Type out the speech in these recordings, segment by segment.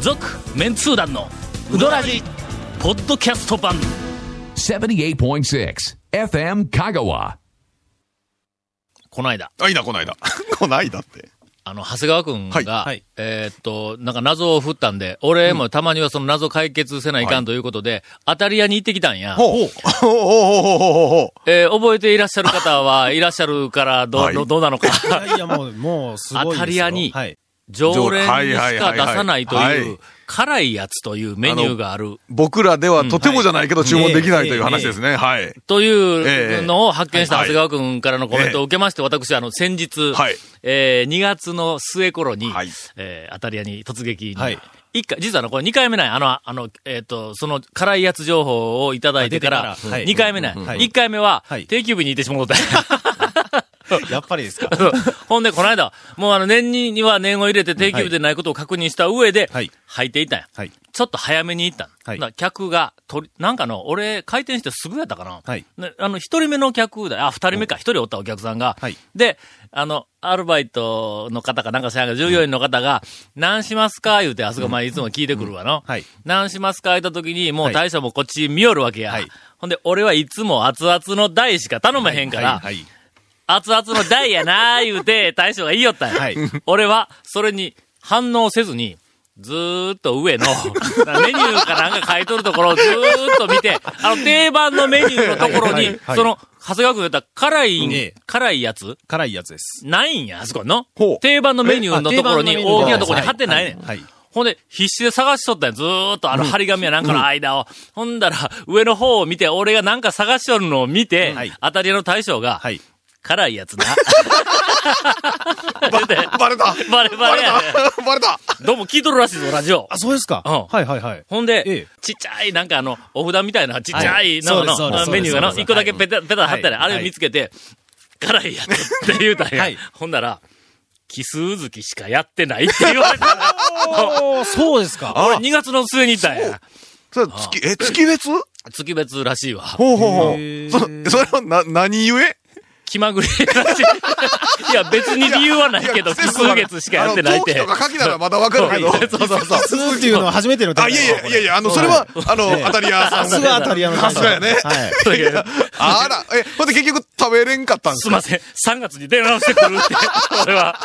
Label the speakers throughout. Speaker 1: 続メンツー団のウドラジポッドキャスト版
Speaker 2: 78.6 FM Kagawa.
Speaker 1: この間
Speaker 3: あ、いいな、こないだ。 こないだって。
Speaker 1: あの長谷川君が、
Speaker 3: はい
Speaker 1: えーっとなんか謎を振ったんで俺もたまにはその謎解決せないかんということで、当たり屋に行ってきたんや、
Speaker 3: ほう。ほうほうほうほうほうほ
Speaker 1: えー覚えていらっしゃる方はいらっしゃるからど,、
Speaker 3: はい
Speaker 1: どどうなのか
Speaker 4: いやいや、もう、もう、すごいですよ。
Speaker 1: 当たり屋に
Speaker 4: はい。
Speaker 1: 常連にしか出さないと
Speaker 3: はいはいはい
Speaker 1: い
Speaker 3: は
Speaker 1: う
Speaker 3: い
Speaker 1: 辛いやつというメニューがある
Speaker 3: う僕らではとてもじゃないけど注文できないという話ですね。はい。
Speaker 1: とい
Speaker 3: え
Speaker 1: う
Speaker 3: え
Speaker 1: のを発見した長
Speaker 3: はい
Speaker 1: 谷川君からのコメントを受けまして、私、あの、先日、
Speaker 3: はい
Speaker 1: えー2月の末頃に、
Speaker 3: はい
Speaker 1: えー、アタリアに突撃に、
Speaker 4: はい
Speaker 1: 一回、実はあの、これ2回目ない、あの、あの、えっ、と、その辛いやつ情報をいただいてか
Speaker 4: あ
Speaker 1: ら、
Speaker 4: 出てからはい
Speaker 1: 2回目ない、
Speaker 4: うんはい
Speaker 1: 1回目は、
Speaker 4: はい
Speaker 1: 定休日に行ってしまうた。
Speaker 4: やっぱりですか。
Speaker 1: そう ほんで、この間、もうあの、年には念を入れて定休日でないことを確認した上で、
Speaker 4: はい
Speaker 1: 履いていたんや。
Speaker 4: はい。
Speaker 1: ちょっと早めに行ったの。
Speaker 4: はい
Speaker 1: だから客が、とり、なんかの、俺、開店してすぐやったかな。
Speaker 4: はい
Speaker 1: ねあの、一人目の客だ、あ、二人目か、一人おったお客さんが。
Speaker 4: はい
Speaker 1: で、あの、アルバイトの方か、なんか知らんけど、従業員の方が、何しますか言うて、あそこ前いつも聞いてくるわの。
Speaker 4: はい
Speaker 1: 何しますか言った時に、もう
Speaker 4: はい
Speaker 1: 大将もこっち見よるわけや。
Speaker 4: はい
Speaker 1: ほんで、俺はいつも熱々の台しか頼まへんから、
Speaker 4: はい。はい
Speaker 1: 熱々の台やなー言う て、大将が言いよったんや。
Speaker 4: はい
Speaker 1: 俺は、それに反応せずに、ずーっと上の、メニューかなんか書いとるところをずーっと見て、あの、定番のメニューのところ
Speaker 4: はいは
Speaker 1: に
Speaker 4: いは、い
Speaker 1: その、長谷川君言った辛いん、
Speaker 4: ええ
Speaker 1: 辛いやつ
Speaker 4: 辛いやつです。
Speaker 1: ないんや、あそこの
Speaker 3: ほう。
Speaker 1: 定番のメニューのところに、
Speaker 4: えあ定番のメニュー
Speaker 1: 大きなところに貼ってないねん。
Speaker 4: はい。
Speaker 1: ほんで、必死で探しとったんや。ずーっとあの、張り紙やなんかの間を。ほんだら、上の方を見て、俺がなんか探しとるのを見て、
Speaker 4: はい
Speaker 1: 当たり屋の大将が、
Speaker 4: はい。
Speaker 1: 辛いやつな。
Speaker 3: バレた
Speaker 1: バレバレやね
Speaker 3: たバレた
Speaker 1: どうも聞いとるらしいぞ、ラジオ
Speaker 4: あ、。そうですか。
Speaker 1: うん
Speaker 4: はいはいはい。
Speaker 1: ほんで、
Speaker 4: ええ
Speaker 1: ちっちゃい、なんかあの、お札みたいな、ちっちゃい、なんかの
Speaker 4: そうですそうです
Speaker 1: メニューが
Speaker 4: そう
Speaker 1: の、
Speaker 4: です
Speaker 1: 一個だけペタ、ペタ貼ったり、
Speaker 4: は
Speaker 1: あ
Speaker 4: い
Speaker 1: れ見つけて、辛いやつって言うたんや。
Speaker 4: はい
Speaker 1: ほんなら、奇数月しかやってないって言われ た。
Speaker 4: おーそうですか。
Speaker 1: 俺2月の末にいたんや。
Speaker 3: それ月、え、月別ほう
Speaker 1: 月別らしいわ。
Speaker 3: ほうほ
Speaker 4: へ
Speaker 3: う。
Speaker 4: ー
Speaker 3: そ、それはな、何故
Speaker 1: 気まぐれらしい。い や、別に理由はないけど、奇数月しかやってないっ
Speaker 3: あ
Speaker 1: て
Speaker 3: の。同期とか書きならまだわかるけど。
Speaker 1: そうそうそう。
Speaker 4: スーっていうのは初めての
Speaker 3: あ、いやいや、いやいや、あの、それは、あの、当たり屋さ
Speaker 4: さ
Speaker 3: ん
Speaker 4: すが当たり屋の
Speaker 3: さすがやね
Speaker 4: はい。
Speaker 3: あら、え、ほんで結局食べれんかったんですす
Speaker 1: いま
Speaker 3: か
Speaker 1: せん、3月に電話をしてくるって、俺は。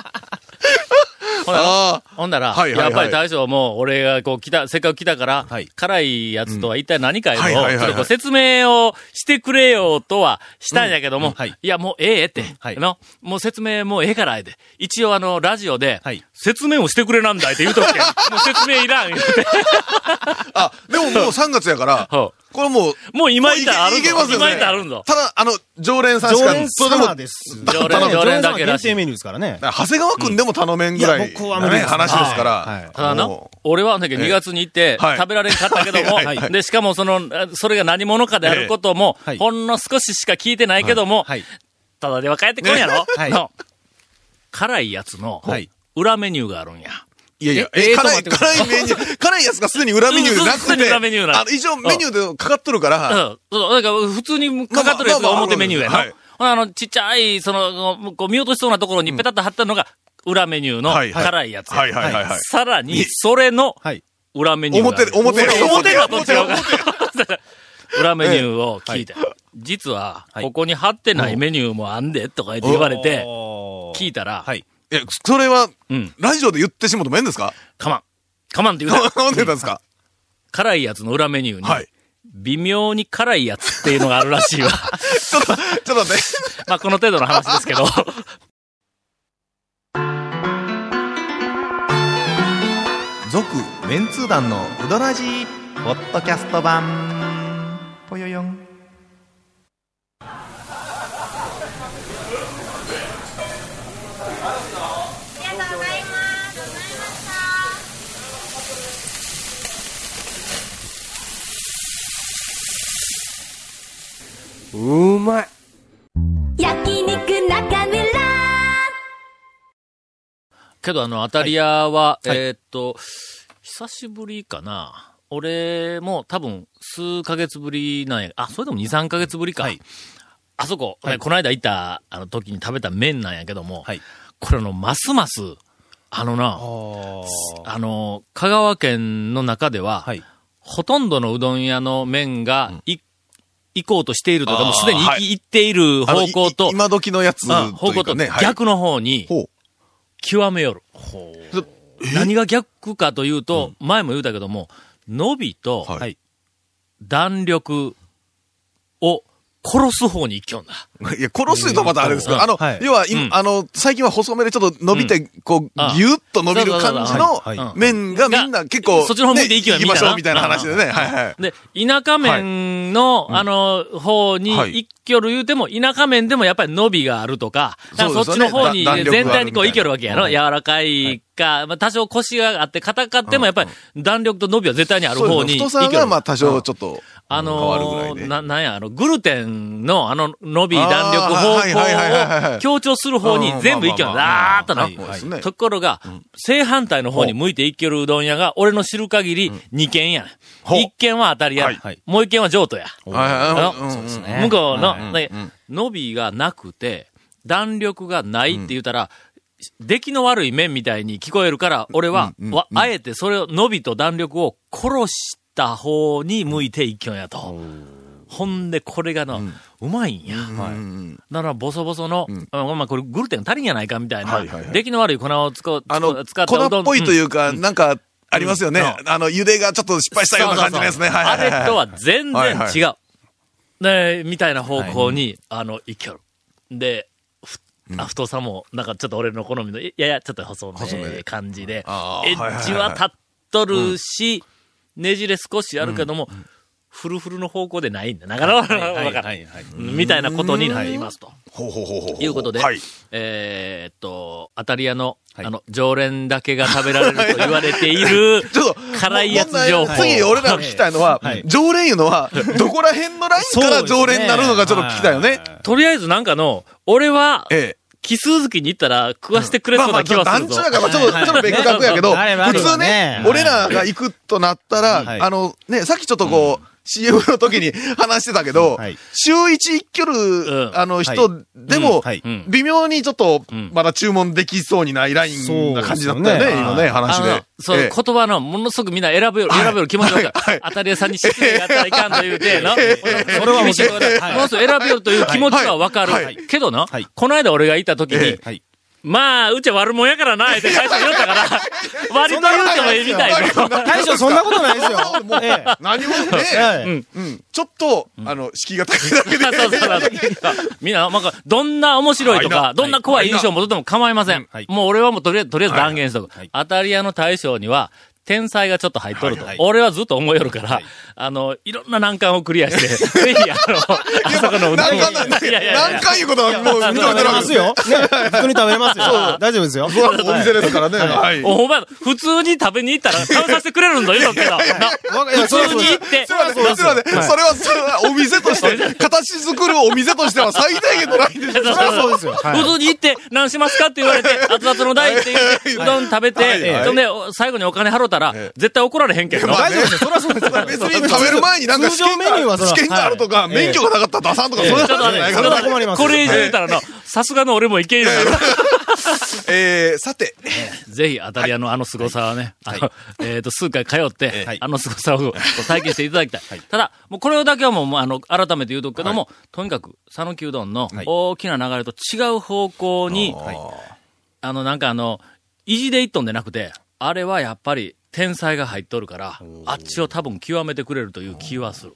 Speaker 1: ほら
Speaker 3: ああ。
Speaker 1: ほんなら、
Speaker 3: はいはいはい
Speaker 1: やっぱり大将も、俺がこう来た、せっかく来たから、
Speaker 4: はい
Speaker 1: 辛いやつとは一体何かよ、
Speaker 3: うんはいはいはいは
Speaker 1: ちょ
Speaker 3: い
Speaker 1: っとこう説明をしてくれよとはしたんやけども、
Speaker 4: うんはい
Speaker 1: や、もうええって、
Speaker 4: はい
Speaker 1: の、もう説明もうええからええで。一応あの、ラジオで、
Speaker 4: はい
Speaker 1: 説明をしてくれなんだいって言うとっけん。もう説明いらん言うて。
Speaker 3: あ、でももう3月やから、
Speaker 1: は
Speaker 3: これもう、
Speaker 1: もう今いたある
Speaker 3: いけいけ
Speaker 1: ぞ。
Speaker 3: ますよね
Speaker 1: 今いたあるぞ。
Speaker 3: ただ、あの、常連さんし
Speaker 4: 常
Speaker 3: か、
Speaker 4: 連
Speaker 3: そうでも
Speaker 4: 様です。
Speaker 1: 常連常連だけらしい
Speaker 4: 常連様限定メニューですからね。
Speaker 3: 長谷川くんでも頼めんぐらい、
Speaker 4: いや僕は無理です
Speaker 3: ね話ですから。
Speaker 4: はいはい
Speaker 1: ただな
Speaker 3: も、
Speaker 1: 俺はね、2月に行って、
Speaker 3: はい
Speaker 1: 食べられんかったけども、
Speaker 3: はいはい
Speaker 4: はい
Speaker 1: で、しかもその、あそれが何者かであることも、
Speaker 4: ええはい
Speaker 1: ほんの少ししか聞いてないけども、
Speaker 4: はい。
Speaker 1: ただでは帰ってこんやろ、
Speaker 4: はい
Speaker 1: の辛いやつの
Speaker 4: はい、
Speaker 1: 裏メニューがあるんや。
Speaker 3: ういやいや、
Speaker 4: え
Speaker 3: え
Speaker 4: えー
Speaker 3: 辛い、
Speaker 4: ちょっと待って
Speaker 3: 辛いメニュー、 辛いやつがすでに裏メニューでな
Speaker 1: うんすで
Speaker 3: く
Speaker 1: に
Speaker 3: て、
Speaker 1: 裏メニューな
Speaker 3: あの、一応メニューでかかっとるから、
Speaker 1: うん。そう、だから普通にかかってるやつが表メニューやな。
Speaker 3: まあまあまあ
Speaker 1: ほなあの、ちっちゃい、その、こう見落としそうなところにペタッと貼ったのが、裏メニューの
Speaker 3: はいはい
Speaker 1: 辛いやつや。
Speaker 3: はいはいはいはい。
Speaker 1: さらに、それの
Speaker 4: はい。
Speaker 1: 裏メニューがあ
Speaker 3: 表、
Speaker 1: る。
Speaker 3: 表、表
Speaker 1: 表はと違うから。裏メニューを聞いて、実は、
Speaker 4: はい
Speaker 1: ここに貼ってないメニューもあんで、とか言って言われて、
Speaker 4: おー
Speaker 1: 聞いたら、
Speaker 4: はい。
Speaker 3: え、それは、
Speaker 1: うん、
Speaker 3: ラジオで言ってしもうともええんですか
Speaker 1: かまん。かまんって言うな。
Speaker 3: 飲んでたんですか
Speaker 1: 辛いやつの裏メニューに、
Speaker 3: はい。
Speaker 1: 微妙に辛いやつっていうのがあるらしいわ。
Speaker 3: ちょっと、ちょっと待って。
Speaker 1: まあ、この程度の話ですけど。
Speaker 5: 続メンツー団のウドラジーポッドキャスト版ぽよよん
Speaker 6: 焼肉中村
Speaker 1: けど、あの、アタリアは、
Speaker 4: はい
Speaker 1: えーっと、久しぶりかな。俺も多分数ヶ月ぶりなんや。あ、それでも2、3ヶ月ぶりか。
Speaker 4: はい
Speaker 1: あそこ、ねこの間行ったあの時に食べた麺なんやけども、
Speaker 4: はい
Speaker 1: これあの、ますます、あのな、あの、香川県の中では、
Speaker 4: はい
Speaker 1: ほとんどのうどん屋の麺が、い、行こうとしているとか、
Speaker 3: あー
Speaker 1: もうすでに行き、
Speaker 3: はい
Speaker 1: 行っている
Speaker 3: あの
Speaker 1: 方向
Speaker 3: い
Speaker 1: と
Speaker 3: い、今時のやつと
Speaker 1: あ
Speaker 3: い
Speaker 1: 方
Speaker 3: う
Speaker 1: 向と
Speaker 3: かね、はい
Speaker 1: 逆の方に、
Speaker 3: ほう
Speaker 1: 極めよる。何が逆かというと、前も言うたけども、伸びと
Speaker 3: はい
Speaker 1: 弾力を殺す方に行きよんだ。
Speaker 3: いや、殺すとまたあれですか
Speaker 1: うん
Speaker 3: ら、あの、
Speaker 4: はい
Speaker 3: 要は、い
Speaker 1: うん
Speaker 3: あの、最近は細めでちょっと伸びて、こう、ぎ
Speaker 1: ああ
Speaker 3: ゅっと伸びる感じの
Speaker 4: はい
Speaker 1: はい
Speaker 3: 麺がみんな結構、
Speaker 1: そっちの方向いていけば
Speaker 3: ね行きましょう
Speaker 1: み
Speaker 3: み
Speaker 1: たい
Speaker 3: たい
Speaker 1: な
Speaker 3: な話でね、はいはい。
Speaker 1: で、田舎面の、あの、方に
Speaker 3: はい
Speaker 1: 一挙る言うても、田舎面でもやっぱり伸びがあるとか、だからそっ
Speaker 3: そう
Speaker 1: ちの
Speaker 3: ですよね
Speaker 1: 方に
Speaker 3: だ弾力がある
Speaker 1: 全体にこう一
Speaker 3: みたいな
Speaker 1: 挙るわけやろ。
Speaker 3: うん
Speaker 1: 柔らかいか、まあ多少腰があって硬かってもやっぱり弾力と伸びは絶対にある
Speaker 3: そう
Speaker 1: 方
Speaker 3: です
Speaker 1: に
Speaker 3: ね
Speaker 1: 行
Speaker 3: 太
Speaker 1: き
Speaker 3: さ
Speaker 1: よ
Speaker 3: が、
Speaker 1: る
Speaker 3: まあ、多少ちょっと、
Speaker 1: あ
Speaker 3: 変わる
Speaker 1: の
Speaker 3: ぐら
Speaker 1: ー、
Speaker 3: いで。
Speaker 1: な、なんや、あの、グルテンの、あの、伸び、
Speaker 3: あー
Speaker 1: 弾力、方
Speaker 3: はいはいはいはいはい
Speaker 1: 向を強調する方に
Speaker 3: うん
Speaker 1: 全部いける。
Speaker 3: まあま
Speaker 1: だー
Speaker 3: あ
Speaker 1: っと
Speaker 3: まあまあそうです
Speaker 1: な。
Speaker 3: ね
Speaker 1: ところが、正反対の方に向いていけるうどん屋が、俺の知る限り2軒や。
Speaker 3: ほう
Speaker 1: 1軒は当たりや
Speaker 4: はい。
Speaker 1: もう1軒は譲渡や。
Speaker 3: はいはい
Speaker 1: うん
Speaker 3: うんうん
Speaker 4: ね
Speaker 1: 向こうの、
Speaker 4: は
Speaker 1: ね伸びがなくて、弾力がないって言ったら、出来の悪い麺みたいに聞こえるから、俺は、わあえてそれを、伸びと弾力を殺した方に向いていきょんやと。ほんで、これがな、うまいんや。
Speaker 3: うん
Speaker 1: だから、ボソボソの、あまあ、これグルテン足りんやないかみたいな、
Speaker 3: はいはいはい
Speaker 1: 出来の悪い粉を使う
Speaker 3: あの、
Speaker 1: 使ったうど
Speaker 3: 粉
Speaker 1: ん
Speaker 3: っぽいと
Speaker 1: うん
Speaker 3: いうか、なんか、ありますよね。あの、茹でがちょっと失敗したような感じのやつね。
Speaker 1: そうそう
Speaker 3: はい
Speaker 1: そう
Speaker 3: はいはい。
Speaker 1: あれとは全
Speaker 3: はいは
Speaker 1: 然違う。ねみたいな方向に、あの、行きよる。で、ふあ太さも、なんかちょっと俺の好みの、いやや、ちょっと細
Speaker 3: 細め
Speaker 1: め
Speaker 3: で
Speaker 1: 感じで、エ
Speaker 3: あーはいはいはい
Speaker 1: ッジは立っとるし、ねじれ少しあるけども、フルフルの方向でないんだ。なかなか、わからんみたいなことになっていますと。
Speaker 3: ほうほうほうほほ
Speaker 1: いうことで、
Speaker 3: はい。
Speaker 1: えーっと、当たり屋の、あの、常連だけが食べられると言われている、
Speaker 3: ちょっと、
Speaker 1: 辛いやつ情報。
Speaker 3: 問題次、俺らの聞きたいのは、
Speaker 4: はい
Speaker 3: 常連いうのは、どこら辺のラインから常連になるのかちょっと聞きたいよね。
Speaker 1: とりあえずなんかの、俺は、
Speaker 3: ええ。
Speaker 1: 奇数月に行ったら食わしてくれ
Speaker 3: まあ
Speaker 1: そう
Speaker 3: ま
Speaker 1: な
Speaker 3: あ、
Speaker 1: 気
Speaker 3: ちょっと
Speaker 1: はするぞ。
Speaker 3: 団地だから、まあちょっと、ちょっと別格やけど、
Speaker 4: はいはい
Speaker 3: 普通ね
Speaker 4: あ、るよね
Speaker 3: 俺らが行くとなった
Speaker 4: はい
Speaker 3: ら、あの、ね、さっきちょっとこう、CM の時に話してたけど
Speaker 4: はい、
Speaker 3: 週一一挙
Speaker 1: うん、
Speaker 3: る、あの、人でも
Speaker 4: はいうん
Speaker 3: 微妙にちょっと
Speaker 1: ん、
Speaker 3: まだ注文できそうにないラインな感じだったよ
Speaker 4: そう
Speaker 3: ね、
Speaker 4: ですよね
Speaker 3: 今ね、話
Speaker 1: あの
Speaker 3: で。
Speaker 1: そう、
Speaker 3: ええ
Speaker 1: 言葉の、ものすごくみんな選べる、選べる気持ちがわかる
Speaker 3: はいはい
Speaker 1: 当たり屋さんに失礼があったらいかんと言うて、な。俺はもう、
Speaker 4: 厳しい
Speaker 1: ものすごく選べるという気持ちはわかる。
Speaker 3: はいはい
Speaker 1: けどな、
Speaker 4: はい
Speaker 1: この間俺がいた時に、
Speaker 3: え
Speaker 4: はい
Speaker 1: まあ、うちは悪者やからな、って最初に言ったから、 割と言うてもええみたいな。
Speaker 4: 大将、そんなことないですよ。ええ
Speaker 3: 何も
Speaker 4: は
Speaker 3: ね、
Speaker 4: い
Speaker 3: うんちょっと、あの、敷居が高いだけで
Speaker 1: そう。そうそう。みんな、なんか、どんな面白いと
Speaker 3: は
Speaker 1: か、
Speaker 3: い
Speaker 1: どんな怖い印象を持ってても構いません。
Speaker 4: はい
Speaker 1: もう俺はもうとりあえず、とりあえず断言しとく。
Speaker 4: はい
Speaker 1: 当たり屋の大将には、天才がちょっと入っとると。
Speaker 4: はいはい
Speaker 1: 俺はずっと思いよるから、あの、いろんな難関をクリアして、 ぜひ、あの、あそこのうどん
Speaker 3: 何回
Speaker 1: いやいやいや
Speaker 3: 何回いうことはもう認めてる
Speaker 4: 食べれ
Speaker 3: わ
Speaker 4: ま
Speaker 3: け
Speaker 4: す
Speaker 3: です
Speaker 4: よ。ね 普通に食べれますよ。大丈夫ですよ。
Speaker 3: それはお店ですからね。はい。
Speaker 1: おほんまや普通に食べに行ったら食べさせてくれるんだよ、言うとくけど。な普通に行って
Speaker 3: すい。ません、すいません。それは、それはお店として、形作るお店としては最大限のラインでし
Speaker 1: そ
Speaker 3: ょ。
Speaker 1: う
Speaker 4: りゃそうですよはい
Speaker 1: 普通に行って、何しますかって言われて、熱々の大って言って、うどん食べ
Speaker 3: はい
Speaker 1: て、
Speaker 3: はい
Speaker 1: そんで、お最後にお金払うたら
Speaker 3: ええ、
Speaker 1: 絶対怒られへんけど。
Speaker 3: まあ
Speaker 4: 大
Speaker 3: ね
Speaker 4: 丈夫ですよ。それはそうですよ。
Speaker 3: 別に食べる前になんか試験
Speaker 4: 通常メニューはそ
Speaker 3: が
Speaker 4: ら
Speaker 3: 試験があるとか、免許がなかったら出さんとか、そういう
Speaker 1: ちょっと
Speaker 3: 話
Speaker 1: 待っ
Speaker 3: じ
Speaker 1: て
Speaker 3: ゃない
Speaker 1: ちょ
Speaker 3: か
Speaker 1: っと
Speaker 3: ら
Speaker 1: 待
Speaker 4: それは困り
Speaker 1: って、
Speaker 4: ますよ
Speaker 1: これ以上言うたらの、さすがの俺もいけんようになる。
Speaker 3: えー、さて、
Speaker 1: ぜひ、当たり屋のあの凄さはね、あの、えっと、数回通って
Speaker 4: はい、
Speaker 1: あの凄さを体験していただきたい。ただ、もうこれだけはもう、まああの、改めて言うとくけども、とにかく、讃岐うどんの大きな流れと違う方向に、あの、なんかあの、意地で一トンでなくて、あれはやっぱり天才が入っとるから、あっちを多分極めてくれるという気はする。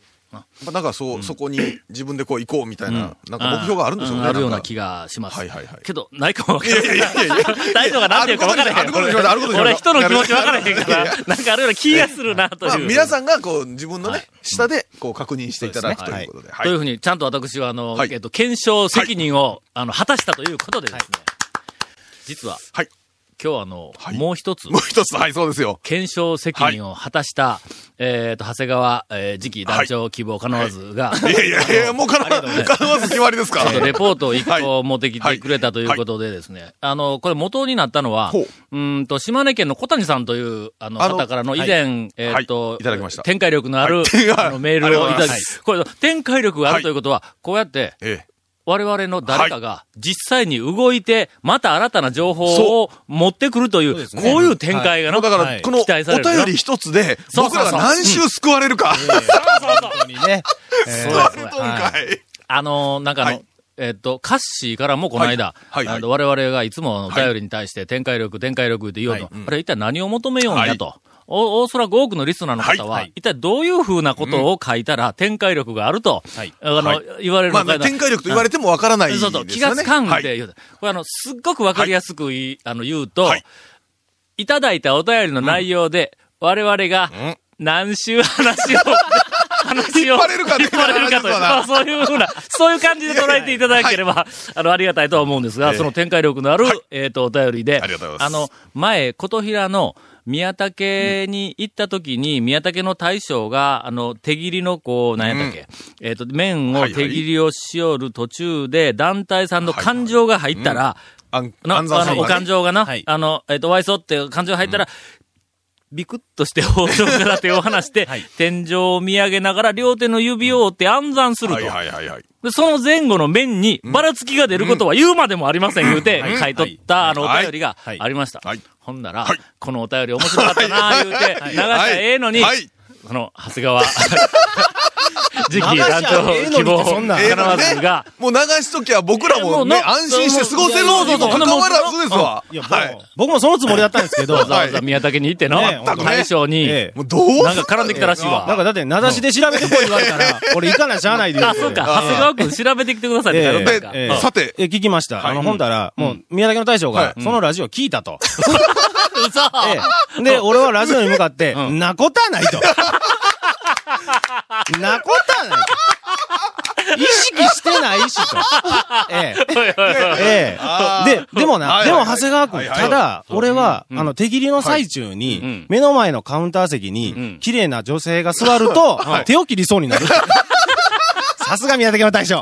Speaker 3: なんかそう、そこに自分でこう行こうみたいな、なんか
Speaker 1: あ
Speaker 3: 目標があるんでしょうね。
Speaker 1: あるような
Speaker 3: が。
Speaker 1: 気がします。
Speaker 3: はいはいはい
Speaker 1: けど、ないかもわからない。
Speaker 3: いやいやいやいや
Speaker 1: 大将が何て言うか分からへん。
Speaker 3: あることにしましょうあることにしましょう
Speaker 1: 俺人の気持ち分からへんから、なんかあるような気がするな、という。
Speaker 3: まあ、皆さんがこう、自分のね、下でこう確認していただくということで。は
Speaker 1: という
Speaker 3: い。
Speaker 1: ふうに、ちゃんと私は、あの、
Speaker 3: はい
Speaker 1: えっと、検証責任を、あの、果たしたということでですね、実は、
Speaker 3: はい。
Speaker 1: 今日あの、
Speaker 3: はい
Speaker 1: もう一つ、
Speaker 3: もう一つ、はい、そうですよ。
Speaker 1: 検証責任を果たした、えっ、と、長谷川、えー次期団長希望可能ずが、
Speaker 3: いやいやいや、もうかな、かなわず決まりですか
Speaker 1: ちょっとレポートを一
Speaker 3: は
Speaker 1: 個持ってきてくれたということでですね、あの、これ元になったのは、
Speaker 3: ほう
Speaker 1: うーんと、島根県の小谷さんという、あの、
Speaker 3: あの
Speaker 1: 方からの以前、えーっと、
Speaker 3: はいいただきました
Speaker 1: 展開 力のある、
Speaker 3: はい
Speaker 1: あのメールをいただ
Speaker 3: ありがとうございま
Speaker 1: き、これ、展開力があるということは、こうやって、
Speaker 3: ええ。
Speaker 1: 我々の誰かが実際に動いて、また新たな情報を持ってくるという、こういう展開がな、
Speaker 3: もうだから、このお
Speaker 1: 期待されるな
Speaker 3: 便り一つで、
Speaker 1: そうそう
Speaker 3: 僕
Speaker 1: そう
Speaker 3: らが何周救われるか。
Speaker 5: 本当にね。
Speaker 3: 救われとんかい。
Speaker 1: あの、なんかあの、
Speaker 3: はい
Speaker 1: えっと、カッシーからもこの間、
Speaker 3: はいはいはい
Speaker 1: あの我々がいつもあの
Speaker 3: はい
Speaker 1: 頼りに対して展開力、展開力って言おうと、あれ一体何を求めようんやと。お、おそらく多くのリスナーの方は、
Speaker 3: はいはい
Speaker 1: 一体どういうふうなことを書いたら展開力があると、
Speaker 5: はい
Speaker 1: あの、
Speaker 3: はい
Speaker 1: 言われる
Speaker 3: ま
Speaker 1: のか
Speaker 3: あね、
Speaker 1: な
Speaker 3: 展開力と言われてもわからないです
Speaker 1: そ
Speaker 3: よ
Speaker 1: う
Speaker 3: ね。
Speaker 1: そう、気がつかん
Speaker 3: は
Speaker 1: っ
Speaker 3: い
Speaker 1: て言うと、これあの、すっごくわかりやすくい、あの、言うと、
Speaker 3: はい
Speaker 1: い、ただいたお便りの内容で、我々が、何週話を、話を、
Speaker 3: 引っ張れるかね
Speaker 1: 引っ張れるかという、
Speaker 3: そうだな
Speaker 1: まあそういうふうな、そういう感じで捉えていただければ、あの、ありがたいとは思うんですが、
Speaker 3: ええ
Speaker 1: その展開力のある、えっ、と、お便りで、
Speaker 3: ありがとうございます
Speaker 1: の、前、琴平の、宮武に行った時に、宮武の大将が、あの、手切りの、こう、なんやったっけ、えっ、と、麺を手切りをしおる途中で、団体さんの感情が入ったら、
Speaker 3: あん
Speaker 1: の、あ
Speaker 3: 暗算さん
Speaker 1: の、お
Speaker 3: が
Speaker 1: 感
Speaker 3: ね
Speaker 1: 情がな、
Speaker 5: はい
Speaker 1: あの、えっ、と、ワイソって感情が入ったら、ビクッとして包丁から手を離して、天井を見上げながら両手の指を折って暗算すると。
Speaker 3: はいはいはいはい。
Speaker 1: でその前後の面にばらつきが出ることは言うまでもありません、言うて、買い取った、あの、お便りがありました。
Speaker 3: はい
Speaker 1: ほんなら、
Speaker 3: はい
Speaker 1: このお便り面白かったな、言うて、流したらええのに、
Speaker 3: はい。
Speaker 1: その、長谷 川、次期団長希望、
Speaker 4: そんな
Speaker 3: ええの
Speaker 1: 金
Speaker 3: にね
Speaker 1: 松が、
Speaker 3: もう流しときゃ僕ら
Speaker 1: いやもう
Speaker 3: もね、
Speaker 1: な
Speaker 3: 安心して過ごせる
Speaker 1: もう
Speaker 3: のにも関わらずですわ。
Speaker 4: いや、僕も
Speaker 3: はい。
Speaker 4: 僕もそのつもりだったんですけど、
Speaker 1: わざ
Speaker 4: な
Speaker 1: わざ宮崎に行っての、
Speaker 4: ねえ
Speaker 1: 大将に、
Speaker 4: え
Speaker 3: もうどうす
Speaker 1: なんか絡んできたらしいわ。
Speaker 4: んかだって、名指しで調べてこい言われたら、俺行かなしゃあないで言
Speaker 1: あ、そうか。長谷川君調べてきてくださいって
Speaker 4: ええ
Speaker 1: 頼んだんか。
Speaker 4: え
Speaker 3: で
Speaker 4: え、
Speaker 3: さて、
Speaker 4: え、聞きました。あの、ほんだら、もう、宮崎の大将が、そのラジオ聞い たと。
Speaker 1: 嘘
Speaker 4: ええで、俺はラジオに向かって、
Speaker 1: うん
Speaker 4: なことはない と。なことはないと。意識してないしと。ええ。
Speaker 1: おいおいおい
Speaker 4: え
Speaker 3: あ
Speaker 4: え。で、でも
Speaker 3: は
Speaker 4: な、
Speaker 3: い
Speaker 4: でも長谷
Speaker 3: は
Speaker 4: 川
Speaker 3: い
Speaker 4: 君、
Speaker 3: はい
Speaker 4: ただ、俺は、
Speaker 1: うん
Speaker 4: あの、手切りの最中
Speaker 1: はいう
Speaker 4: に
Speaker 1: ん、
Speaker 4: 目の前のカウンター席
Speaker 1: うん
Speaker 4: に、綺麗な女性が座る と、手を切りそうになる。さすが宮崎の大将。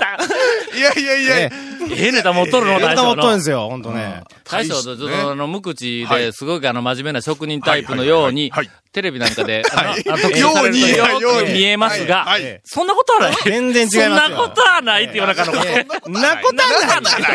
Speaker 3: いやいやい
Speaker 4: え
Speaker 3: や
Speaker 4: え、。
Speaker 1: ええネタ持っとるの、
Speaker 4: ネ
Speaker 1: 大
Speaker 4: タ持
Speaker 1: 将
Speaker 4: っとるんで
Speaker 1: の。
Speaker 4: すよ、ほんとね。
Speaker 1: 大将
Speaker 3: 大
Speaker 1: と、
Speaker 3: し
Speaker 1: ち
Speaker 3: て
Speaker 1: ょっ
Speaker 3: ね
Speaker 1: と、あの、無口
Speaker 3: は
Speaker 1: で、
Speaker 3: い
Speaker 1: すごくあの、真面目な職人タイプのように
Speaker 3: はいはいはいは、
Speaker 1: テレビなんかで、あの
Speaker 3: はい
Speaker 1: あ特集
Speaker 3: よ
Speaker 1: さ
Speaker 3: う
Speaker 1: れ
Speaker 3: に
Speaker 1: る
Speaker 3: はい
Speaker 1: とよ
Speaker 3: よう
Speaker 1: く
Speaker 3: に
Speaker 1: 見えますが
Speaker 3: はい、
Speaker 4: え
Speaker 1: そんなことはない。
Speaker 4: 全然違いますよ
Speaker 1: そんなことはないっていうような感じの。
Speaker 4: ええなこと
Speaker 1: そ
Speaker 4: はない
Speaker 1: んなことはな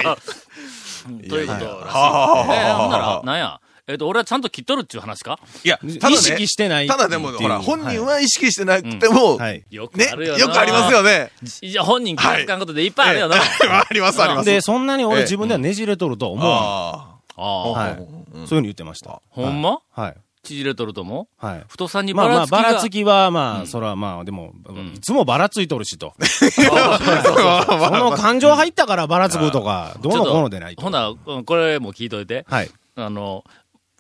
Speaker 1: いということらしいですね。ほんなら、なんや。えっと、俺はちゃんと切っとるっていう話か
Speaker 3: いや、
Speaker 4: 意
Speaker 3: ただね
Speaker 4: 識してないってい
Speaker 3: ただ
Speaker 4: う。
Speaker 3: でも、ほら、本人
Speaker 4: は
Speaker 3: は意識してなくても、
Speaker 4: は
Speaker 3: ね、
Speaker 4: い。
Speaker 1: よくあるよな。
Speaker 3: よくありますよね。
Speaker 1: いや。本人気づかんことでいっぱいあるよな。
Speaker 3: ええ あります、あります。
Speaker 4: で、そんなに
Speaker 3: え
Speaker 4: 俺
Speaker 3: え
Speaker 4: 自分ではねじれとるとは思わ
Speaker 3: あ
Speaker 1: ああ
Speaker 4: ん。はい。そういうふうに言ってました。
Speaker 1: ほんま
Speaker 4: はい。
Speaker 1: 縮れとるとも
Speaker 4: はい。
Speaker 1: 太さに
Speaker 4: ま
Speaker 1: ば
Speaker 4: あま
Speaker 1: らつきが。
Speaker 4: あ、ばらつきは、まあ、それはまあ、でも、いつもばらついとるしと。 その感情入ったからばらつくとか、どう
Speaker 1: ちょ
Speaker 4: の
Speaker 1: っと
Speaker 4: こうのでないと。
Speaker 1: ほな、うんこれも聞いといて。
Speaker 4: はい。
Speaker 1: あの、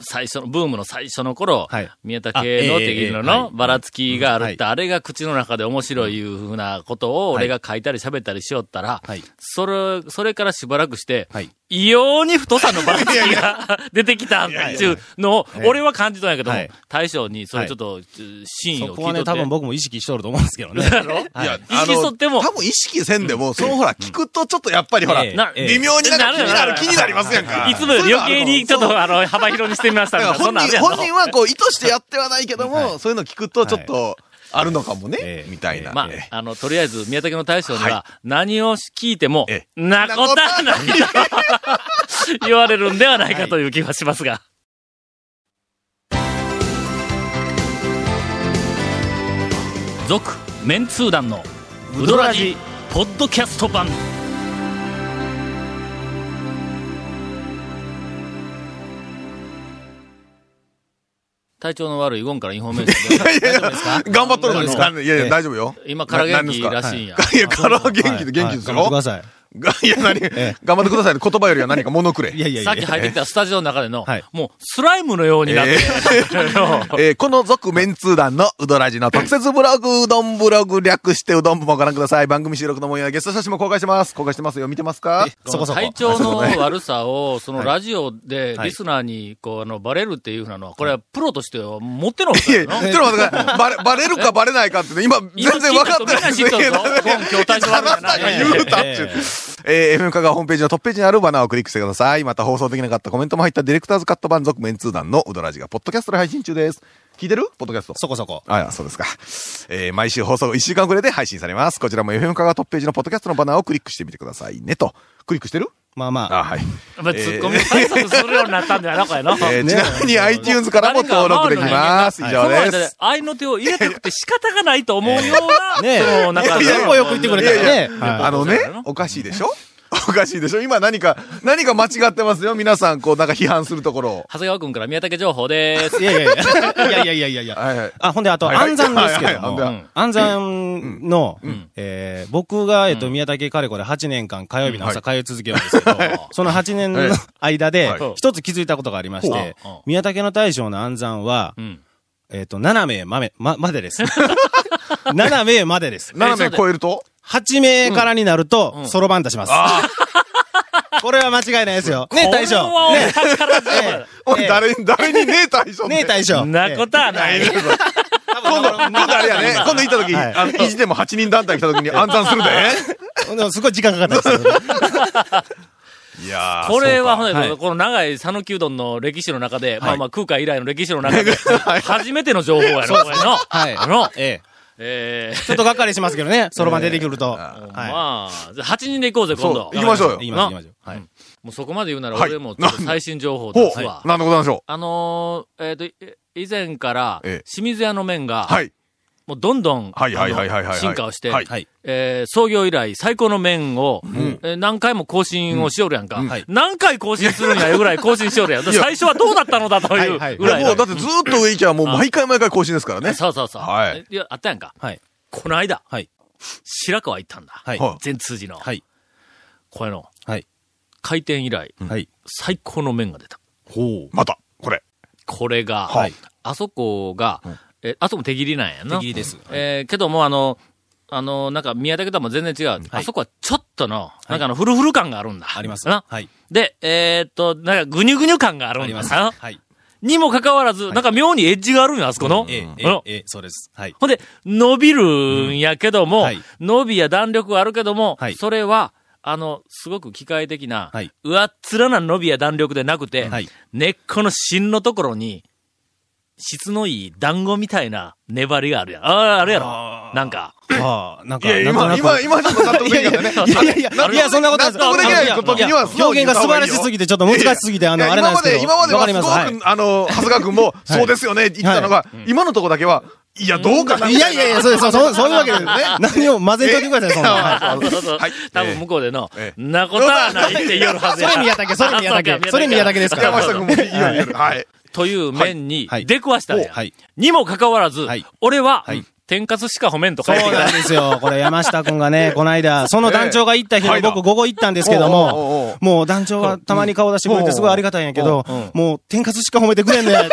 Speaker 1: 最初の、ブームの最初の頃、
Speaker 4: はい
Speaker 1: 宮田
Speaker 5: あえ
Speaker 1: 系
Speaker 5: え
Speaker 1: のっていうの
Speaker 5: ええはい
Speaker 1: のばらつきがあるって、
Speaker 4: は
Speaker 1: あれが口の中で面白いいうふうなことを俺が書いたり喋ったりしよったら、
Speaker 4: はい
Speaker 1: それ、それからしばらくして、
Speaker 4: はい
Speaker 1: 異様に太さのばらつきが 出てきたっていうのを、
Speaker 4: いや
Speaker 1: 俺は感じたんやけども、
Speaker 4: はい
Speaker 1: 大将にそれちょっと、シーン
Speaker 4: そ
Speaker 1: を
Speaker 4: こ
Speaker 1: 聞
Speaker 4: はい
Speaker 1: とって。
Speaker 4: ね、多分僕も意識しとると思うんですけど ね。
Speaker 1: だろ
Speaker 3: あ。いや、
Speaker 1: 意識しとっても
Speaker 3: あの多分意識せんでも、そのほら、聞くとちょっとやっぱりほら、
Speaker 4: ええ
Speaker 1: な
Speaker 3: 微妙になん
Speaker 1: な
Speaker 3: か気にな
Speaker 1: るなる
Speaker 3: る、気になりますやんか。
Speaker 1: いつもより余計にちょっとあの、幅広にしてみました
Speaker 3: だ
Speaker 1: み
Speaker 3: か
Speaker 1: たいな。そ
Speaker 3: ら
Speaker 1: ん
Speaker 3: 本
Speaker 1: なんある
Speaker 3: 人、
Speaker 1: やんの
Speaker 3: 本人はこう、意図してやってはないけども、そういうの聞くとちょっと、あるのかもね
Speaker 4: え、え
Speaker 3: みたいな。
Speaker 1: ま
Speaker 3: ええ
Speaker 1: あ、あの、とりあえず、宮崎の大将に
Speaker 3: は
Speaker 1: は、何を聞いても
Speaker 3: え、
Speaker 1: なことはないと言われるんではないかという気がしますが。続、メンツー団の、ウドラジ、ポッドキャスト版。体調の悪いゴンからインフォメーションが。
Speaker 3: いやいや 頑張っとるのに。
Speaker 1: 大丈夫ですか
Speaker 3: なんでいやいや、大丈夫よ。
Speaker 1: 今、から
Speaker 3: ななん
Speaker 1: 元
Speaker 3: です
Speaker 1: 気
Speaker 3: から
Speaker 1: しいんや。
Speaker 3: いや、から 元気
Speaker 4: はい
Speaker 3: で元気です
Speaker 4: はい頑張っ
Speaker 3: よ。
Speaker 4: てください。
Speaker 3: いや、何、
Speaker 4: え
Speaker 3: 頑張ってくださいね。言葉よりは何か物くれ。
Speaker 4: いやいやい
Speaker 1: さ
Speaker 4: や
Speaker 1: っ。き入ってきたスタジオの中での、
Speaker 4: はい
Speaker 1: もうスライムのようになって、
Speaker 3: えーこの続メンツー団のうどらじの特設ブログ、うどんブログ略してうどん部もご覧ください。番組収録の模様やゲスト写真も公開してます。公開してますよ。見てますか
Speaker 4: そこそこ。
Speaker 1: 体調の悪さを、そのラジオでリスナーに、こう、あの、バレるっていうふうなのは、これはプロとしては持ってのほ
Speaker 3: い
Speaker 1: か
Speaker 3: や
Speaker 1: や
Speaker 3: い
Speaker 1: な
Speaker 3: やちょっと待ってください。バレ、バレるかバレないかってね、今、全然分かってない
Speaker 1: 聞いた人みんな知っとる ぞ
Speaker 3: いや
Speaker 1: 今日体調悪いんやな
Speaker 3: 話したが言うたっていう。えー、FM カがホームページのトップページにあるバナーをクリックしてください。また放送できなかったコメントも入ったディレクターズカット版続面通談のうどらじがポッドキャストで配信中です。聞いてるポッドキャスト。
Speaker 4: そこそこ。
Speaker 3: ああ、そうですか。えー毎週放送1週間くらいで配信されます。こちらも FM カがトップページのポッドキャストのバナーをクリックしてみてくださいねと。クリックしてる
Speaker 4: まあまあ。
Speaker 3: あはい。
Speaker 1: まあ、ツッコミ対策するようになったんだよな、これな。
Speaker 3: えーちなみに iTunes からも登録できます。以
Speaker 1: この
Speaker 3: 上
Speaker 1: 間
Speaker 3: で。
Speaker 1: です愛の手を入れたくて仕方がないと思うような、
Speaker 4: ねえ
Speaker 1: そのなんか
Speaker 4: いやいやよく言ってくれ
Speaker 3: い
Speaker 4: た
Speaker 3: や
Speaker 4: よ
Speaker 3: いや、
Speaker 4: ねはい
Speaker 3: あのね、おかしいでしょおかしいでしょ今何か、何か間違ってますよ。皆さん、こう、なんか批判するところ。
Speaker 1: 長谷川くんから宮武情報です。、
Speaker 4: いやいやい や。いやいやいやいやいや。
Speaker 3: はいはい
Speaker 4: あ、ほんで、あと、
Speaker 3: はいはい
Speaker 4: 暗算ですけど
Speaker 3: はい
Speaker 4: も
Speaker 3: はいはい
Speaker 4: 暗算の、えー僕が、えっと、宮武かれこで8年間火曜日の朝通い続けるんですけど、その8年の
Speaker 3: はい
Speaker 4: 間で
Speaker 1: はい、
Speaker 4: 一つ気づいたことがありまし
Speaker 1: はい
Speaker 4: て
Speaker 1: ほう、
Speaker 4: 宮武の大将の暗算は
Speaker 1: ん、
Speaker 4: えっと、7名まめ、ま、までです。7名までです。
Speaker 3: 斜め超えると
Speaker 4: 8名からになると、そろばん出します。 これは間違いないですよ。ね、大
Speaker 1: こ
Speaker 4: 将。
Speaker 1: れは
Speaker 4: ね
Speaker 1: お宝情報だ
Speaker 4: ね
Speaker 3: おい、
Speaker 4: ええ
Speaker 3: 誰に、誰に ねえ大将って
Speaker 4: ねえ、大将。
Speaker 1: そんなことはない。
Speaker 3: 今度、今度あれや ね。今度行った時、
Speaker 4: はい
Speaker 3: あの、いじでも8人団体来た時に暗算するで。
Speaker 4: と。でもすごい時間かかったんですけど。
Speaker 3: いやー
Speaker 1: これは、ほん
Speaker 4: は
Speaker 1: で、
Speaker 4: い
Speaker 1: この長い讃岐うどんの歴史の中で、まあまあ空海以来の歴史の中 で、初めての情報やろ、これの。
Speaker 4: はい
Speaker 1: あの、
Speaker 4: ええ。
Speaker 1: えー
Speaker 4: ちょっとがっかりしますけ どね、そろばん出てくると。は
Speaker 1: まあ、じゃあ8人で行こうぜ、今度
Speaker 3: そう。行きましょうよ
Speaker 4: い。いきましょう、いきましょう。はい。
Speaker 1: もうそこまで言うなら、
Speaker 3: はい
Speaker 1: 俺もちょっと最新情報
Speaker 3: ほ
Speaker 1: です
Speaker 3: う、
Speaker 1: わ。
Speaker 3: なんでございましょ
Speaker 1: あのー、えっ、と、い以前から
Speaker 3: ええ、
Speaker 1: 清水屋の麺が
Speaker 3: う。、はい。
Speaker 1: もうどんどん、
Speaker 3: はいはいはいは
Speaker 1: あ
Speaker 3: いはいは
Speaker 1: の
Speaker 3: い
Speaker 1: 進化をして、
Speaker 3: はい
Speaker 4: はい。
Speaker 1: えー創業以来最高の麺を、えー何回も更新をしよるやんか。
Speaker 4: んはい
Speaker 1: 何回更新するんやいうぐらい更新しよるやん。最初はどうだったのだというぐらいの。
Speaker 3: いやもう、だってずーっと上行きゃ、もう毎回毎回更新ですからね。
Speaker 1: そうそうそう。
Speaker 3: はい
Speaker 1: や、あったやんか。
Speaker 4: はい。
Speaker 1: この間、
Speaker 4: はい。
Speaker 1: 白川行ったんだ。
Speaker 4: はい。
Speaker 3: は
Speaker 1: 全通じの。
Speaker 4: はい。
Speaker 1: これの、
Speaker 4: はい。
Speaker 1: 開店以来、
Speaker 4: はい。
Speaker 1: 最高の麺が出た。
Speaker 4: ほう。
Speaker 3: また、これ。
Speaker 1: これが、
Speaker 4: はい
Speaker 1: あそこが、え、あそこも手切りなんやな。
Speaker 4: 手切りです
Speaker 1: えーけども、あの、あの、なんか宮武とはもう全然違う。あそこはちょっとの、なんかあの、フルフル感があるんだ。
Speaker 4: あります。
Speaker 1: な。
Speaker 4: はい。
Speaker 1: で、えーっと、なんか、ぐにゅぐにゅ感がある
Speaker 4: あ
Speaker 1: ん
Speaker 4: り
Speaker 1: だ
Speaker 4: ます。
Speaker 1: な
Speaker 4: はい。
Speaker 1: にもかかわらず、なんか妙にエッジがあるんや、あそこの。
Speaker 4: ええ、え
Speaker 1: あ
Speaker 4: え
Speaker 1: の、
Speaker 4: ええ、そうです。はい。
Speaker 1: ほんで、伸びるんやけども、
Speaker 4: うんはい
Speaker 1: 伸びや弾力はあるけども、
Speaker 4: はい
Speaker 1: それは、あの、すごく機械的な、
Speaker 4: はいう
Speaker 1: わっつらな伸びや弾力でなくて、
Speaker 4: はい
Speaker 1: 根っこの芯のところに、質のいい団子みたいな粘りがあるやん。ああ、あるやろ
Speaker 4: あ。ー
Speaker 1: なん か。
Speaker 4: はあ、なん
Speaker 3: い
Speaker 4: か、
Speaker 3: や、今、今、今ちょっと納得
Speaker 4: いや
Speaker 3: で
Speaker 4: い
Speaker 3: きな
Speaker 4: や
Speaker 3: かったね。
Speaker 4: いやいやいや、いや、そんなことないです
Speaker 3: 納得できない時には素直
Speaker 4: 表
Speaker 3: に言
Speaker 4: 現
Speaker 3: った
Speaker 4: が
Speaker 3: 方がい
Speaker 4: 素晴
Speaker 3: いよ
Speaker 4: らしすぎて、ちょっと難しすぎて、あの、あれなんですけど。
Speaker 3: 今まで、今ま
Speaker 4: わか
Speaker 3: で
Speaker 4: り
Speaker 3: は
Speaker 4: ますす。
Speaker 3: ご
Speaker 4: はい
Speaker 3: く、あの、長谷川く んも、そうですよねって言ってたのが、今のとこだけは、いや、どうかな。
Speaker 4: いやいやいや、そうです。そうそういうわけで ね。何を混ぜといてください、そんな。はい
Speaker 1: そうそうそう。多分向こうでの、
Speaker 3: ええ
Speaker 1: んなことはないって言うはずや。
Speaker 4: それ宮武それ宮
Speaker 1: あそ
Speaker 4: 武
Speaker 1: うか
Speaker 4: それ宮武ですから
Speaker 3: 山下くんもいいよ、いいよはい。
Speaker 1: という面に
Speaker 4: はいはい
Speaker 1: 出くわしたんや。
Speaker 4: はい
Speaker 1: にもかかわらず、
Speaker 4: はい
Speaker 1: 俺は、
Speaker 4: はい
Speaker 1: 天かすしか褒めんと
Speaker 4: そ
Speaker 1: か
Speaker 4: う
Speaker 1: 言ってきた
Speaker 4: なんです よ。これ山下くんが ね、この間、その団長が行った日
Speaker 3: ええ
Speaker 4: に僕午後行ったんですけ
Speaker 3: お
Speaker 4: ど
Speaker 3: うおうおうお
Speaker 4: も、もう団長はたまに顔出してくれてすごいありがたいんやけど、もう天かすしか褒めてくれん ね。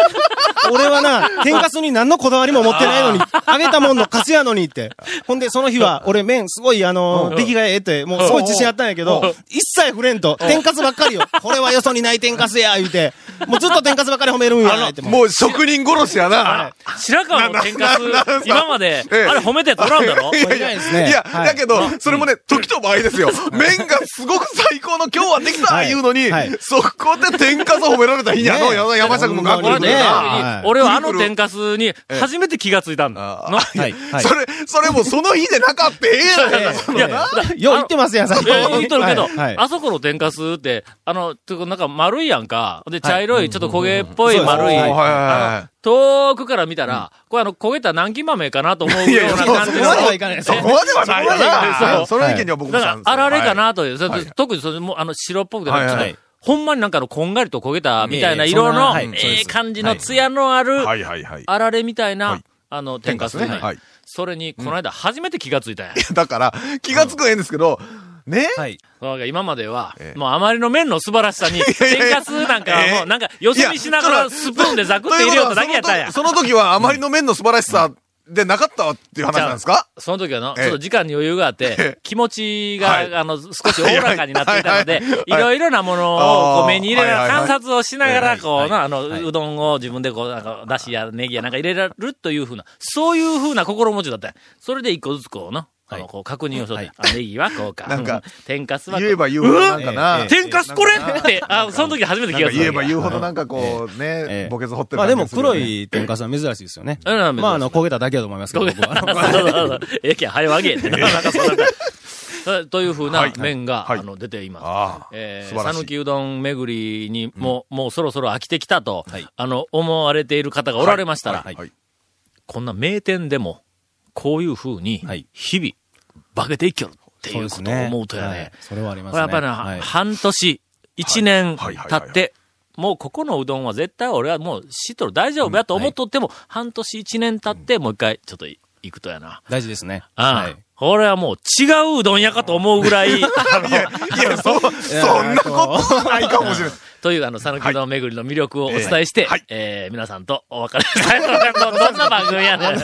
Speaker 4: 俺はな、天かすに何のこだわりも持ってないのに、あげたもんのカスやのにって。ほんで、その日は、俺麺すごい、あの、出来がええって、もうすごい自信あったんやけど、一切触れんと、天かすばっかりよ。これはよそにない天かすや、言うて。もうずっと天かすばっかり褒めるんや、言うて。
Speaker 3: もう職人殺しやな。
Speaker 1: 白川の天かす
Speaker 3: なななな、
Speaker 1: 今まで、あ
Speaker 3: ええ
Speaker 1: れ褒めてやつおらんだろ
Speaker 3: いやい
Speaker 4: いな
Speaker 3: や、
Speaker 4: いですね
Speaker 3: いや、
Speaker 4: はい
Speaker 3: だけど、それもね、時と場合ですよ。麺がすごく最高の今日はできた
Speaker 4: はい
Speaker 3: いうのに
Speaker 4: はい、
Speaker 3: そこで天かす褒められた日に、あの、
Speaker 4: ね
Speaker 3: 山山下君も学
Speaker 1: 俺
Speaker 3: 校
Speaker 1: は
Speaker 4: ほんま
Speaker 1: ね
Speaker 4: に
Speaker 3: で
Speaker 4: ね
Speaker 1: あ
Speaker 4: はい
Speaker 1: の俺はあの天かすに初めて気がついたんだ
Speaker 3: あ。ー
Speaker 1: の
Speaker 4: はい。はい
Speaker 3: それ、それもその日でなかったええやん。
Speaker 4: いや、よう言ってますやん、最
Speaker 1: えー言っとるけど、
Speaker 4: はい
Speaker 1: あそこの天かすって、あの、てかなんか丸いやんか。で、茶色い、ちょっと焦げっぽい
Speaker 4: うんうんうん
Speaker 1: 丸い。
Speaker 3: おーはいはい
Speaker 1: あの遠くから見たら、これあの、焦げた南京豆かなと思う
Speaker 3: い
Speaker 1: よ
Speaker 3: やいうや
Speaker 1: な
Speaker 3: そう
Speaker 1: 感じ
Speaker 4: そこまで
Speaker 1: の
Speaker 4: は。いかないです
Speaker 3: そこまではないよ
Speaker 1: そ
Speaker 3: な。
Speaker 1: う
Speaker 3: その意見には僕も
Speaker 1: だか
Speaker 3: 賛成
Speaker 1: ら、あられかなという、
Speaker 3: はい
Speaker 1: 特にそれもうあの白っぽくて、
Speaker 3: はいはい
Speaker 1: ちょっと
Speaker 3: はい
Speaker 1: ほんまになんかあのこんがりと焦げたみたいな
Speaker 4: ええ
Speaker 1: 色
Speaker 4: そんな
Speaker 1: の、
Speaker 4: は
Speaker 1: え
Speaker 4: いそうで
Speaker 1: え
Speaker 4: す
Speaker 1: 感じの艶のある、
Speaker 3: はいはいはい。
Speaker 1: あられみたいな、
Speaker 3: はい
Speaker 1: あの、天かすね。
Speaker 3: 天かすねはい
Speaker 1: それに、この間初めて気がついたんや。
Speaker 3: だから、気がつくはええんですけど、ね
Speaker 4: はい。
Speaker 1: そうか今までは、
Speaker 3: ええ
Speaker 1: もうあまりの麺の素晴らしさに、
Speaker 3: やいや
Speaker 1: 天かすなんかはもう、
Speaker 3: ええ
Speaker 1: なんか、よそ見しなが
Speaker 3: い
Speaker 1: ら
Speaker 3: や
Speaker 1: スプーンでザクっ
Speaker 3: と
Speaker 1: て
Speaker 3: いう
Speaker 1: 入れ
Speaker 3: こと
Speaker 1: よう
Speaker 3: は
Speaker 1: とだけやったんや。
Speaker 3: その時その時はあまりの麺の素晴らしさでなかったっていう話なんですか
Speaker 1: その時はの、ち
Speaker 3: ええ
Speaker 1: ょっと時間に余裕があって
Speaker 3: ええ、
Speaker 1: 気持ち
Speaker 3: はい
Speaker 1: が、あの、少しおおらかになっていたの
Speaker 3: は
Speaker 1: で
Speaker 3: いはいはい、
Speaker 1: いろいろなものをこ
Speaker 3: あ
Speaker 1: う
Speaker 3: ー
Speaker 1: 目に入れなが
Speaker 3: は
Speaker 1: ら
Speaker 3: いはいは
Speaker 1: 観
Speaker 3: い
Speaker 1: 察をしながら、こうな、あ
Speaker 4: はい
Speaker 1: の、うどんを自分でこう、なんか、だしやネギやなんか入れられるというふうな、そういうふうな心持ちだったんやそれで一個ずつこうな、あの、こう確認をしとって、あ、ネギはこうか。
Speaker 3: なん
Speaker 1: う
Speaker 3: か
Speaker 1: ん、天かすはこ
Speaker 3: 言え
Speaker 1: う。
Speaker 3: ば言うほどなんかな。
Speaker 1: 天かすこれって、あ、その時初めて
Speaker 3: なん
Speaker 1: 気が
Speaker 3: か
Speaker 1: する。
Speaker 3: 言えば言うほどなんかこうね、 墓穴掘ってる
Speaker 4: ま
Speaker 3: 感
Speaker 4: あで
Speaker 3: じが
Speaker 4: も
Speaker 3: する
Speaker 4: 黒
Speaker 3: よね。
Speaker 4: い天かすは珍しいです よね。
Speaker 1: うん珍しい
Speaker 4: まああの、焦げただけだと思いますけど、僕 は。
Speaker 1: そうそうそうええけん、早うあげえって。なんかそんな感じ というふうな面が、
Speaker 3: はい
Speaker 1: あの出ています。
Speaker 3: ああ
Speaker 1: え
Speaker 3: 素
Speaker 1: ー、
Speaker 3: 晴ら
Speaker 1: さ
Speaker 3: しい
Speaker 1: ぬきうどん巡りにも、うもうそろそろ飽きてきたと、あの、思われている方がおられましたら、
Speaker 3: はいはい
Speaker 1: こんな名店でも、こういうふうに
Speaker 4: はい、
Speaker 1: 日々、化けていきよる って
Speaker 4: そ
Speaker 1: いう
Speaker 4: で
Speaker 1: う
Speaker 4: す
Speaker 1: ことを
Speaker 4: ね。
Speaker 1: 思うとやね、
Speaker 4: はいそれはありま
Speaker 1: こ
Speaker 4: す
Speaker 1: れ
Speaker 4: ね。
Speaker 1: やっぱりな、
Speaker 4: はい
Speaker 1: 半年、一年
Speaker 3: はいはい
Speaker 1: 経
Speaker 3: はい
Speaker 1: って、もうここのうどんは絶対俺はもう知っとる、大丈夫やと思っとっても、半年一年経って、もう一回ちょっとい行くとやな。
Speaker 4: 大事ですね。
Speaker 1: ああ、
Speaker 4: はい
Speaker 1: これはもう違ううどんやかと思うぐらい、あの
Speaker 3: いや、 そ、そんなことはないかもしれない。
Speaker 1: という、あの、讃岐うどん巡りの魅力をお伝えして、え
Speaker 3: はい
Speaker 1: ー皆さんとお別れしたいと思います。どんな番組やねん。